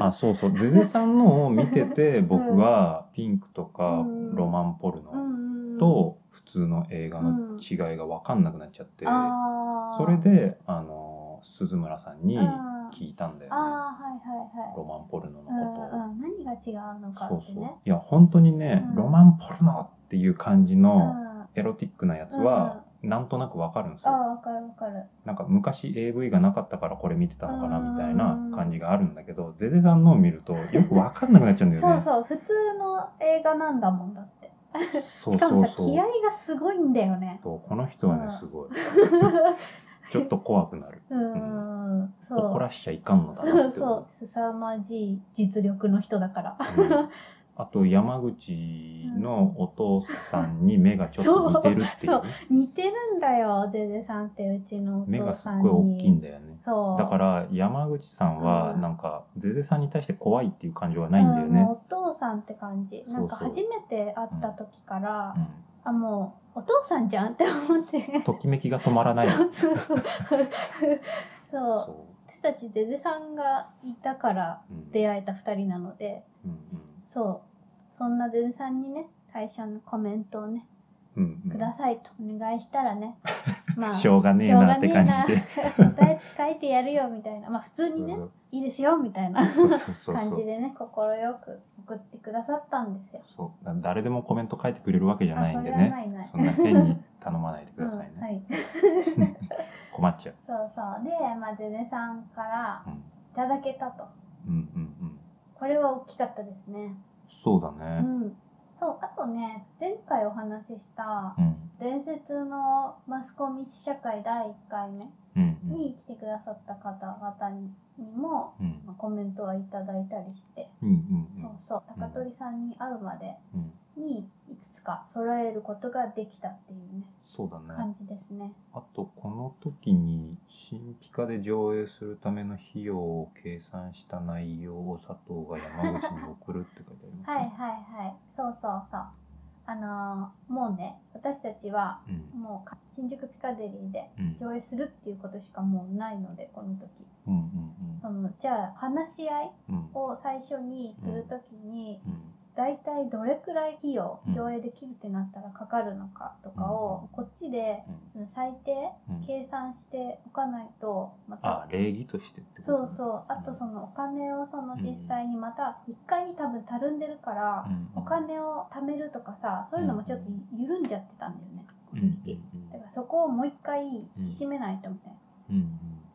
S1: あそうそうゼゼさんのを見てて僕はピンクとか
S2: うん
S1: ロマンポルノ
S2: ん
S1: と普通の映画の違いが分かんなくなっちゃって、
S2: あー
S1: それ、であの鈴村さんに
S2: うん
S1: 聞いたんだよ
S2: あ
S1: ね、
S2: あ、はいはいはい。
S1: ロマンポルノのこ
S2: うんうん、何が違うの
S1: と
S2: か
S1: を、
S2: って
S1: そうそう
S2: ね。
S1: いや本当にね、
S2: うん
S1: ロマンポルノっていう感じ
S2: うん、
S1: の
S2: あ
S1: エロティックなやつはなんとなく分かるんです
S2: あ、
S1: よ、
S2: わかるわかる。
S1: なんか昔 AV がなかったからこれ見てたのかな
S2: うん
S1: みたいな感じがあるんだけど、ゼゼさんのを見るとよくわかんなくなっちゃうんだ
S2: そ
S1: よ
S2: う
S1: ね。
S2: そう、普通の映画なんだもんだって。
S1: そ
S2: しかもさ、
S1: う
S2: 気合がすごいんだよね。
S1: そうこの人はね、すごい。ちょっと怖くなる。
S2: うん、そう。
S1: 怒らしちゃいかんのだ
S2: そ
S1: な
S2: う
S1: って
S2: そ
S1: 思
S2: う、凄まじい実力の人だから。
S1: う。うんあと、山口のお父さんに目がちょっと似てるってい
S2: そうう。似てるんだよ、ゼゼさんって、うちのお
S1: 目
S2: 父
S1: がす
S2: さ
S1: っ
S2: んに。
S1: ごい大きいんだよね。
S2: そう。
S1: だから、山口さんは、なんか、ゼゼさんに対して怖いっていう感情はないんだよね
S2: うん。お父さんって感じ。なんか
S1: そう
S2: 初
S1: そう
S2: めて会った時から、
S1: う
S2: あ、もう、お父さんじゃんって思って。
S1: んときめきが止まらない。
S2: そうそうそう。そう。
S1: そ
S2: 私たち、ゼゼさんがいたから
S1: う。うん
S2: 出会えた二人なので、
S1: うん
S2: そう。そんなゼゼさんにね、最初のコメントをね、
S1: うんうんうん
S2: くださいとお願いした らね。ま
S1: しょうがねえなって感じで。
S2: しょうがねえな答え書いてやるよみたいな。まあ普通にね、
S1: うん
S2: いいですよみたいな
S1: そうそうそう
S2: 感
S1: そ
S2: じ
S1: う。
S2: でね、快く送ってくださったんですよ。
S1: そうだ誰でもコメント書いてくれるわけじゃないんで
S2: あそれはな
S1: ね。
S2: いない
S1: そんな変に頼まないでくださいね。
S2: うんはい。
S1: 困っちゃう。
S2: そうそう。で、まあ、ゼネさんから
S1: うん
S2: いただけたと。
S1: うんうんうん。
S2: これは大きかったですね。
S1: そうだ
S2: う
S1: ね。
S2: ん。そう、あとね、前回お話しした
S1: うん
S2: 伝説のマスコミ試写会第1回目
S1: うんうん
S2: に来てくださった方々にも、
S1: うん
S2: まあコメントはいただいたりして、
S1: うんうん
S2: そうそう、高取さんに会うまで
S1: うんうん。
S2: にいくつか揃えることができたっていうね、
S1: そうだね。
S2: 感じですね。
S1: あとこの時に新ピカで上映するための費用を計算した内容を佐藤が山口に送るって書いてあります
S2: は
S1: ね。
S2: いはいはい。そうそうそう。あのーもうね、私たちは、
S1: うん
S2: もうか新宿ピカデリーで
S1: うん
S2: 上映するっていうことしかもうないので、この時。
S1: うんうん
S2: その、じゃあ、話し合い
S1: うんうん
S2: を最初にするときに、
S1: うん
S2: 大体どれくらい費用
S1: う、ん
S2: 上映できるってなったらかかるのかとかを、こっちで、
S1: うん
S2: その最低
S1: うん
S2: 計算しておかないと、ま
S1: あ
S2: た、
S1: 礼儀としてってこと
S2: そうそう。あとそのお金をその実際にまた、一回に多分たるんでるから、
S1: うん
S2: お金を貯めるとかさそういうのもちょっと緩んじゃってたんだよね、この時期
S1: うんうんうん
S2: だからそこをもう一回引き締めないとみたいな、
S1: うん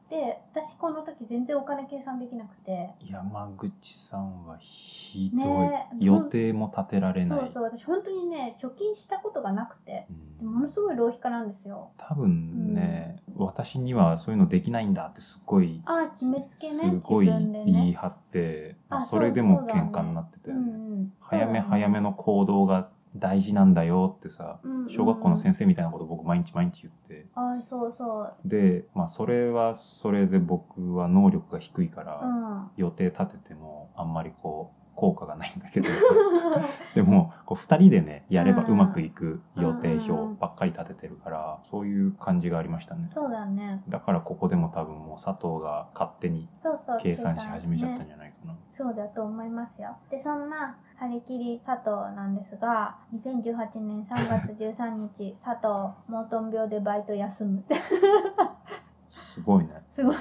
S2: で私この時全然お金計算できなくて
S1: うん山口さんはひどい、
S2: ねえ
S1: 予定も立てられない
S2: そうそう私本当にね貯金したことがなくて
S1: うん
S2: でものすごい浪費家なんですよ
S1: 多分ね、私にはそういうのできないんだってすっごい
S2: ああ決めつけね
S1: すごい
S2: 自分で
S1: 言い
S2: ね
S1: 張って、まあ
S2: あ
S1: それでも喧嘩になってたよね
S2: うん
S1: 早め早めの行動が大事なんだよってさ小学校の先
S2: 生
S1: 生みたいなこと僕毎日毎日言って
S2: ああそうそう
S1: で、まあ、それはそれで僕は能力が低いから、
S2: うん
S1: 予定立ててもあんまりこう効果がないんだけど でもこう2人でねやれば
S2: うん
S1: うまくいく予定表ばっかり立ててるからそういう感じがありましたね
S2: そうだね
S1: だからここでも多分もう佐藤が勝手に
S2: そうそう
S1: 計算し始めちゃっ
S2: ね
S1: たんじゃないかな、
S2: そうだと思いますよ。で、そんな、張り切り佐藤なんですが、2018年3月13日、 佐藤、モートン病でバイト休む。
S1: すごいね
S2: すごい。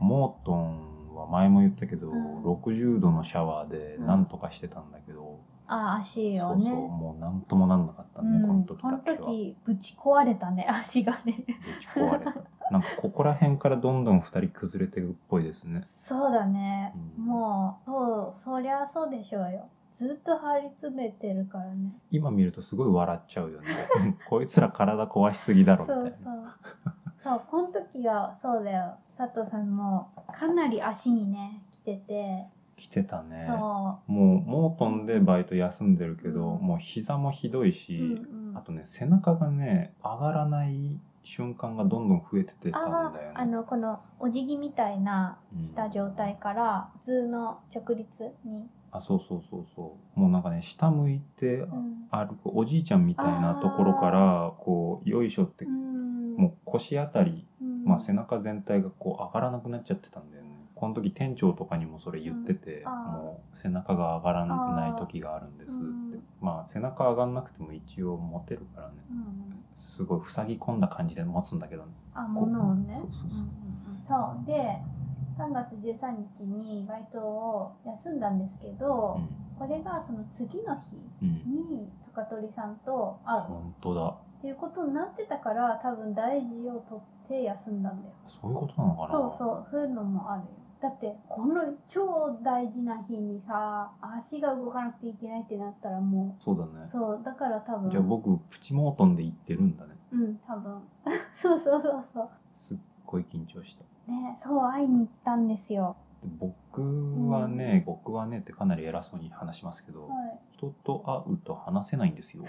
S1: モートンは前も言ったけど、
S2: うん
S1: 60度のシャワーでなんとかしてたんだけど、
S2: あ、足
S1: そ
S2: を
S1: う
S2: ね。
S1: そうもうなんともなんなかったね、
S2: うん
S1: この時
S2: この
S1: だけはぶ
S2: 時、ぶち壊れたね、 足がね。
S1: ち壊れたなんかここら辺からどんどん2人崩れてるっぽいですね
S2: そうだね。
S1: うん
S2: もう、そう、そりゃそうでしょうよ。ずっと張り詰めてるからね。
S1: 今見るとすごい笑っちゃうよね こいつら体壊しすぎだ
S2: そ
S1: ろ
S2: う
S1: みたい
S2: そ
S1: な
S2: う。そう、この時は、そうだよ。佐藤さんも、かなり足にね、きてて、
S1: 来てたね
S2: そ
S1: もうモートンでバイト休んでるけど、
S2: うん。
S1: もう膝もひどいうし、
S2: うんうん
S1: あとね背中がね上がらない瞬間がどんどん増えてってた
S2: あ
S1: んだよね
S2: あ、あの、このお辞儀みたいな
S1: うん
S2: した状態から、普通の直立に。
S1: あそうそうそうそうもうなんかね下向いて
S2: うん
S1: 歩くおじいちゃんみたいなところからこうよいしょって、
S2: うん
S1: もう腰あたり、
S2: うん
S1: まあ、背中全体がこう上がらなくなっちゃってたんだよねこの時店長とかにもそれ言ってて、
S2: うんあー
S1: もう背中が上がらない時があるんですって、
S2: うん
S1: まあ背中上がんなくても一応持てるからね
S2: うん
S1: すごい塞ぎ込んだ感じで持つんだけどね
S2: あ、物をね。
S1: そうそうそうん
S2: んうんそうで、3月13日にバイトを休んだんですけど、これがその次の日
S1: うん、うん、
S2: に高取さんと会う
S1: 本当だ
S2: っていうことになってたから、多分大事を取って休んだんだよ。
S1: そういうことなのかな
S2: そうそう、そういうのもあるよ。だって、この超大事な日にさ、足が動かなくていけないってなったらも
S1: そうだ
S2: う、
S1: ね
S2: そう、だから多分、
S1: じゃあ僕プチモートンで行ってるんだね
S2: うん、多分。 そうそうそうそう。
S1: すっごい緊張した
S2: ね、そう、会いに行ったんですよ。
S1: で僕はね、僕はねってかなり偉そうに話しますけど、
S2: はい。
S1: 人と会うと話せないん ですよ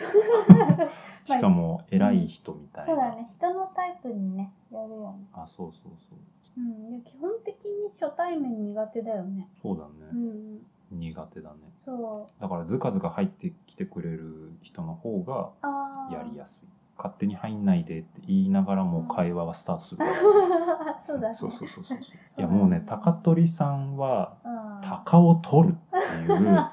S1: しかも偉い人みたいな、
S2: そうだね、人のタイプにね、やるよね。
S1: あそうそうそう
S2: うん、で基本的に初対面苦手だよね。
S1: そうだ
S2: う
S1: ね、
S2: ん、
S1: 苦手だね
S2: そう。
S1: だからずかずか入ってきてくれる人の方が
S2: ああ。
S1: やりやすい勝手に入んないでって言いながらもう会話がスタートするから、
S2: そうだね。
S1: そうそうそうそういやもうね高取さんは
S2: うん。
S1: 鷹を取るっていう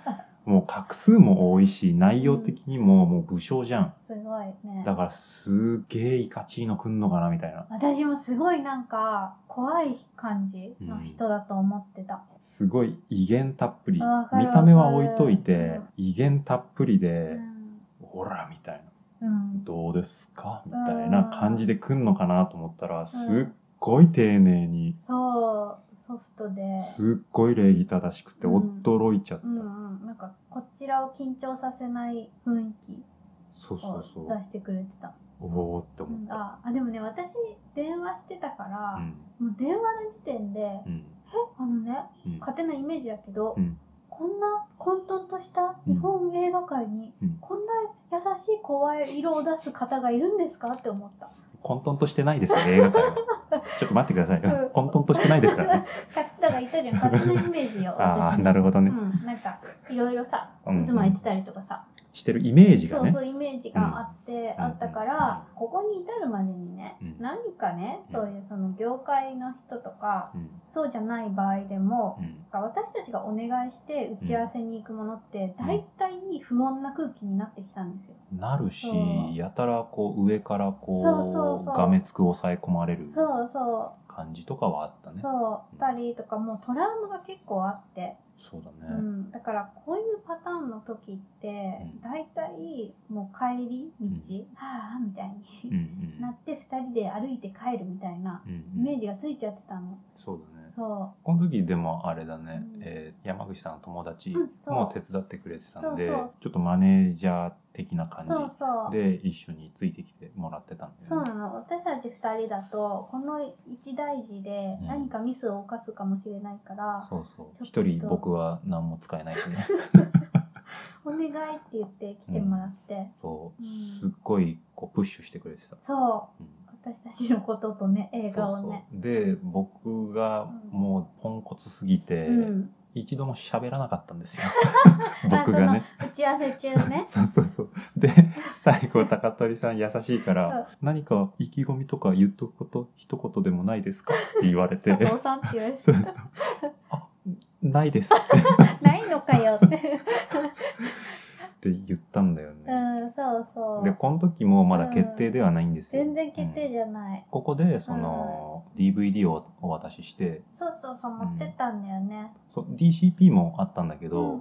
S1: もう画数も多いし内容的にももう武将じゃん
S2: すごいね。
S1: だからすげえイカチーノくんのかなみたいな
S2: 私もすごいなんか怖い感じの人だと思ってた。
S1: すごい威厳たっぷり
S2: あわかる
S1: 見た目は置いといて
S2: わか
S1: 威厳たっぷり
S2: う
S1: で
S2: ん。
S1: ほらみたいな
S2: うん。
S1: どうですかみたいな感じでくんのかなと思ったらすっごい丁寧に
S2: そう、ソフトで。
S1: すっごい礼儀正しくて
S2: うん
S1: 驚いちゃった、
S2: うんうん。なんかこちらを緊張させない雰囲
S1: そう
S2: 気
S1: そ
S2: を
S1: うそう
S2: 出してくれてた。
S1: おおって思
S2: うん
S1: った、
S2: ああ、でもね、私電話してたから、
S1: うん
S2: もう電話の時点で、
S1: うん
S2: あのね、
S1: うん
S2: 勝手なイメージだけど、
S1: うん
S2: こんな混沌とした日本映画界に、
S1: うん
S2: こんな優しい怖い色を出す方がいるんですかって思った。
S1: 混沌としてないですよ映画界は ちょっと待ってくださいよ
S2: うん
S1: 混沌としてないですからね
S2: だから言ったじゃん、勝手なイメージよ。
S1: ああ
S2: 私
S1: なるほど
S2: う
S1: ね、
S2: ん、なんかいろいろさ
S1: うんうん
S2: 渦巻いてたりとかさ、
S1: してるイメージが
S2: そう
S1: ね
S2: そうイメージがあって、
S1: うん
S2: あったから、ここに至るまでにね、
S1: うん
S2: 何かね
S1: うん
S2: そういうその業界の人とか
S1: うん
S2: そうじゃない場合でも、
S1: うん
S2: なんか私たちがお願いして打ち合わせに行くものって
S1: うん
S2: 大体不穏な空気になってきたんですよ。
S1: なるし
S2: そう
S1: やたらこう上からこう
S2: そうそうそう
S1: がめつく抑え込まれる
S2: そうそ
S1: 感じとかはあった
S2: う
S1: ね
S2: そうたりとかもうトラウマが結構あって、
S1: そう
S2: う
S1: だね、
S2: ん、だからこういうパターンの時って
S1: うん
S2: 大体もう帰り道、はあみたい
S1: うん
S2: に
S1: うん
S2: なって2人で歩いて帰るみたいな
S1: うん
S2: イ
S1: うん
S2: メージがついちゃってたの。
S1: そうだね
S2: そ
S1: この時でもあれだね、
S2: うん
S1: えー山口さんの友達
S2: うんそう
S1: も手伝ってくれてたんで、
S2: そうそう
S1: ちょっとマネージャー的な
S2: う
S1: 感
S2: そうそう
S1: じで一緒についてきてもらってたんだ
S2: そう
S1: よ
S2: な
S1: ね
S2: の私たち2人だとこの一大事で
S1: うん
S2: 何かミスを犯すかもしれないから、
S1: そうそう
S2: ちょっ
S1: 一
S2: と
S1: 人僕は何も使えないし ね
S2: お願いって言って来てもらって、
S1: そう
S2: うん
S1: すっごいこうプッシュしてくれてた、
S2: そ
S1: うん
S2: う私たちのこととね映画をね
S1: そうそうで僕がもうポンコツすぎて、
S2: うん
S1: 一度も喋らなかったん ですよ
S2: あ
S1: 僕がね
S2: その打ち合わせ中ね
S1: そうそうそう。で、 最後、高取さん優しいから、何か意気込みとか言っとくこと、一言でもないですかって言われ
S2: 佐
S1: て、
S2: 藤さんって言われて
S1: そうあ、ないですって
S2: ないのかよって
S1: って言ったんだよ
S2: う
S1: ね。
S2: んそうそ
S1: で、
S2: う
S1: この時もまだ決定ではないんですよ。
S2: 全然決定
S1: うん
S2: じゃない、
S1: ここで、その、DVD をお渡しして、
S2: そうそうそう持ってったんだよね、
S1: そう DCP もあったんだけ
S2: うん、う
S1: ど、
S2: ん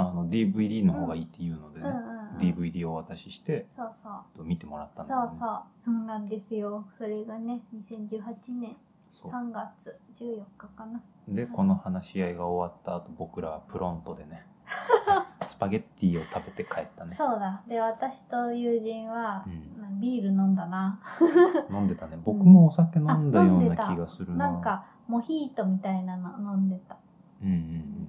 S1: あの、DVD の方がいいっていうので
S2: うんうん
S1: ね、
S2: うん
S1: DVD をお渡しして、
S2: そうそう
S1: 見てもらったんだ
S2: そ
S1: よ
S2: う
S1: ね。
S2: そうそうなんですよそれがね2018年
S1: そう
S2: 3月14日かな
S1: でこの話し合いが終わった後僕らはプロントでね スパゲッティを食べて帰ったね
S2: そうだで私と友人は
S1: う、ん
S2: まあビール飲んだな
S1: 飲んでたね僕もお酒飲んだよう
S2: あ飲んで
S1: な
S2: た
S1: 気がするな
S2: なんかモヒートみたいなの飲んでた
S1: ううん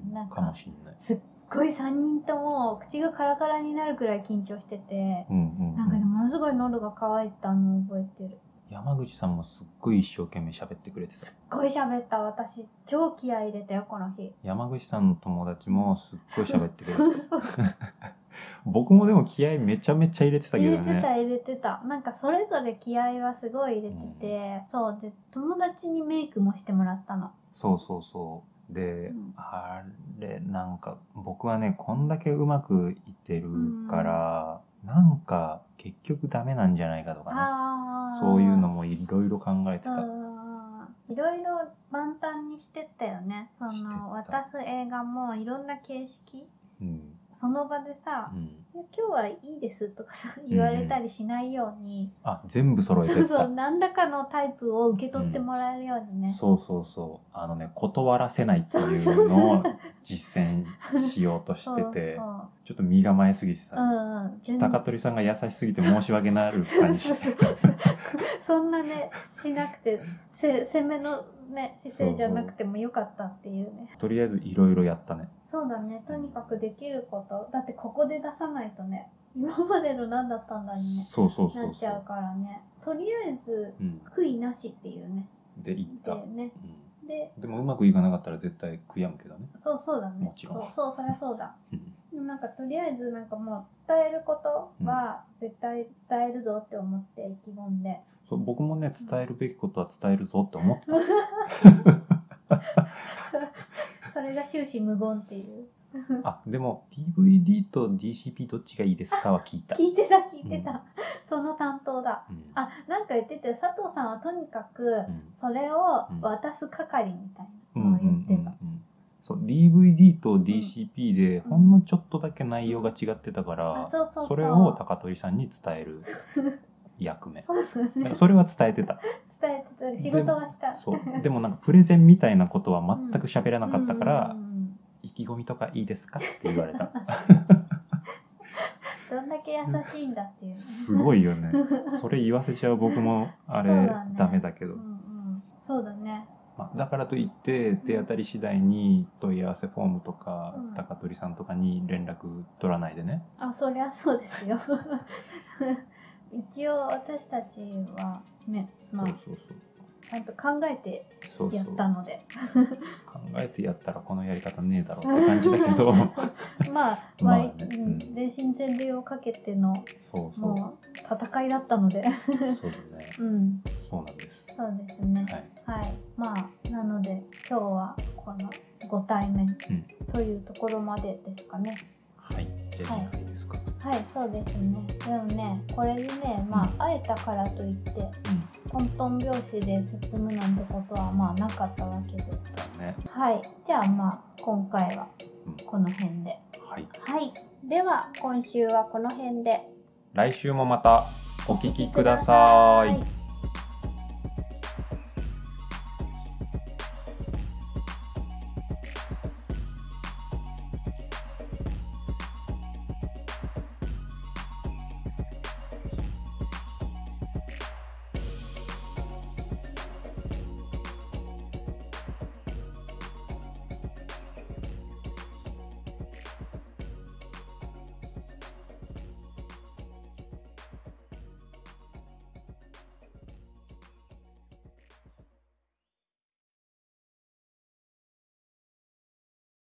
S1: うん
S2: な
S1: うんん。
S2: か
S1: かもしんない。
S2: すっごい3人とも口がカラカラになるくらい緊張してて、
S1: うんうんうん、
S2: なんかね、ものすごい喉が渇いたのを覚えてる。
S1: 山口さんもすっごい一生懸命喋ってくれてた。
S2: すっごい喋った私、超気合い入れたよ、この日。
S1: 山口さんの友達もすっごい喋ってくれてた。 僕もでも気合めちゃめちゃ入れてたけ
S2: 入
S1: ど
S2: れてた
S1: ね。
S2: 入れてたなんかそれぞれ気合はすごい入れてて、そうで友達にメイクもしてもらったの
S1: そうそうそう。で、
S2: うん
S1: あれ、なんか僕はね、こんだけうまくいってるから、なんか結局ダメなんじゃないかとかね。
S2: ああ
S1: そういうのもいろいろ考えてた。
S2: うんいろいろ万端にしてったよねそ
S1: してった
S2: の渡す映画もいろんな形式
S1: うん。
S2: その場でさ
S1: う、ん。
S2: いや今日はいいですとかさ言われたりしないように、
S1: あ、全部揃えて
S2: そう
S1: っ
S2: そう
S1: た。
S2: 何らかのタイプを受け取ってもらえるようにね、
S1: そうそうそう。あのね、断らせないっていうのを実践しようとしてて
S2: そ、う
S1: ちょっと身構えすぎて
S2: そうう
S1: た。
S2: んうん全然
S1: 高取さんが優しすぎて申し訳なる感じ。
S2: そんなねしなくてせ攻めのね姿勢じゃなくてもよかったっていうね
S1: とりあえずいろいろやったね。
S2: そうだねとにかくできることだってここで出さないとね今までの何だったんだにね
S1: そうそうそ
S2: な
S1: う
S2: っち
S1: そ
S2: ゃう
S1: う。
S2: からねとりあえず
S1: うん、
S2: 悔いなしっていうね
S1: で、行った、
S2: で
S1: う
S2: ね
S1: ん。
S2: で
S1: でもうまくいかなかったら絶対悔やむけどね。
S2: そうそうだね
S1: もちろん
S2: そうそうそりゃそうだ
S1: うん
S2: なんかとりあえずなんかもう伝えることは絶対伝えるぞって思って意気込んで
S1: そう僕もね、伝えるべきことは伝えるぞって思ってた。
S2: それが終始無言っていう
S1: あ、でも DVD と DCP どっちがいいですかは聞いた。
S2: 聞いてた聞いてた、
S1: うん
S2: その担当だ
S1: うん
S2: あなんか言ってて佐藤さんはとにかく
S1: うん
S2: それを渡す係みたいなのを言ってた、
S1: そう DVD と DCP で
S2: うん
S1: ほんのちょっとだけ内容が違ってたから、
S2: あそうそうそう
S1: れを高取さんに伝え る役目
S2: そうです
S1: なん
S2: ね
S1: かそれは伝えてた
S2: 伝えてた仕事はした
S1: そうでもなんかプレゼンみたいなことは全く喋らなかったから、
S2: うんうんうん
S1: 意気込みとかいいですかって言われた
S2: どんだけ優しいんだっていう、ね、
S1: すごいよねそれ言わせちゃう僕もあれ、
S2: そうだね
S1: ダメだけ
S2: う
S1: ど
S2: ん、うん、そうだね
S1: まあ、だからといって手当たり次第に問い合わせフォームとか、
S2: うん
S1: 高取さんとかに連絡取らないでね
S2: あそりゃそうですよ 一応私たちはねまあ
S1: そうそうそう
S2: ちゃんと考えて
S1: そうそ
S2: や
S1: う
S2: ったので
S1: 考えてやったらこのやり方ねえだろうって感じ だけど
S2: まあ
S1: まあ
S2: 割
S1: ね
S2: う
S1: うん
S2: ん電信全霊をかけての
S1: そうそう
S2: もう戦いだったので
S1: そうだね
S2: うん
S1: そうなんです
S2: そうですね
S1: はい
S2: はい、まあなので今日はこのご対面
S1: うん
S2: というところまでですかね
S1: はいじゃあ次回ですか、
S2: はいそうですねでもねこれでねまあ会えたからといってトントン拍子で進むなんてことはまあなかったわけ
S1: う
S2: で
S1: んだね
S2: はいじゃあまあ今回は
S1: うん
S2: この辺で、
S1: はい
S2: はいでは今週はこの辺で
S1: 来週もまたお聞きください
S2: い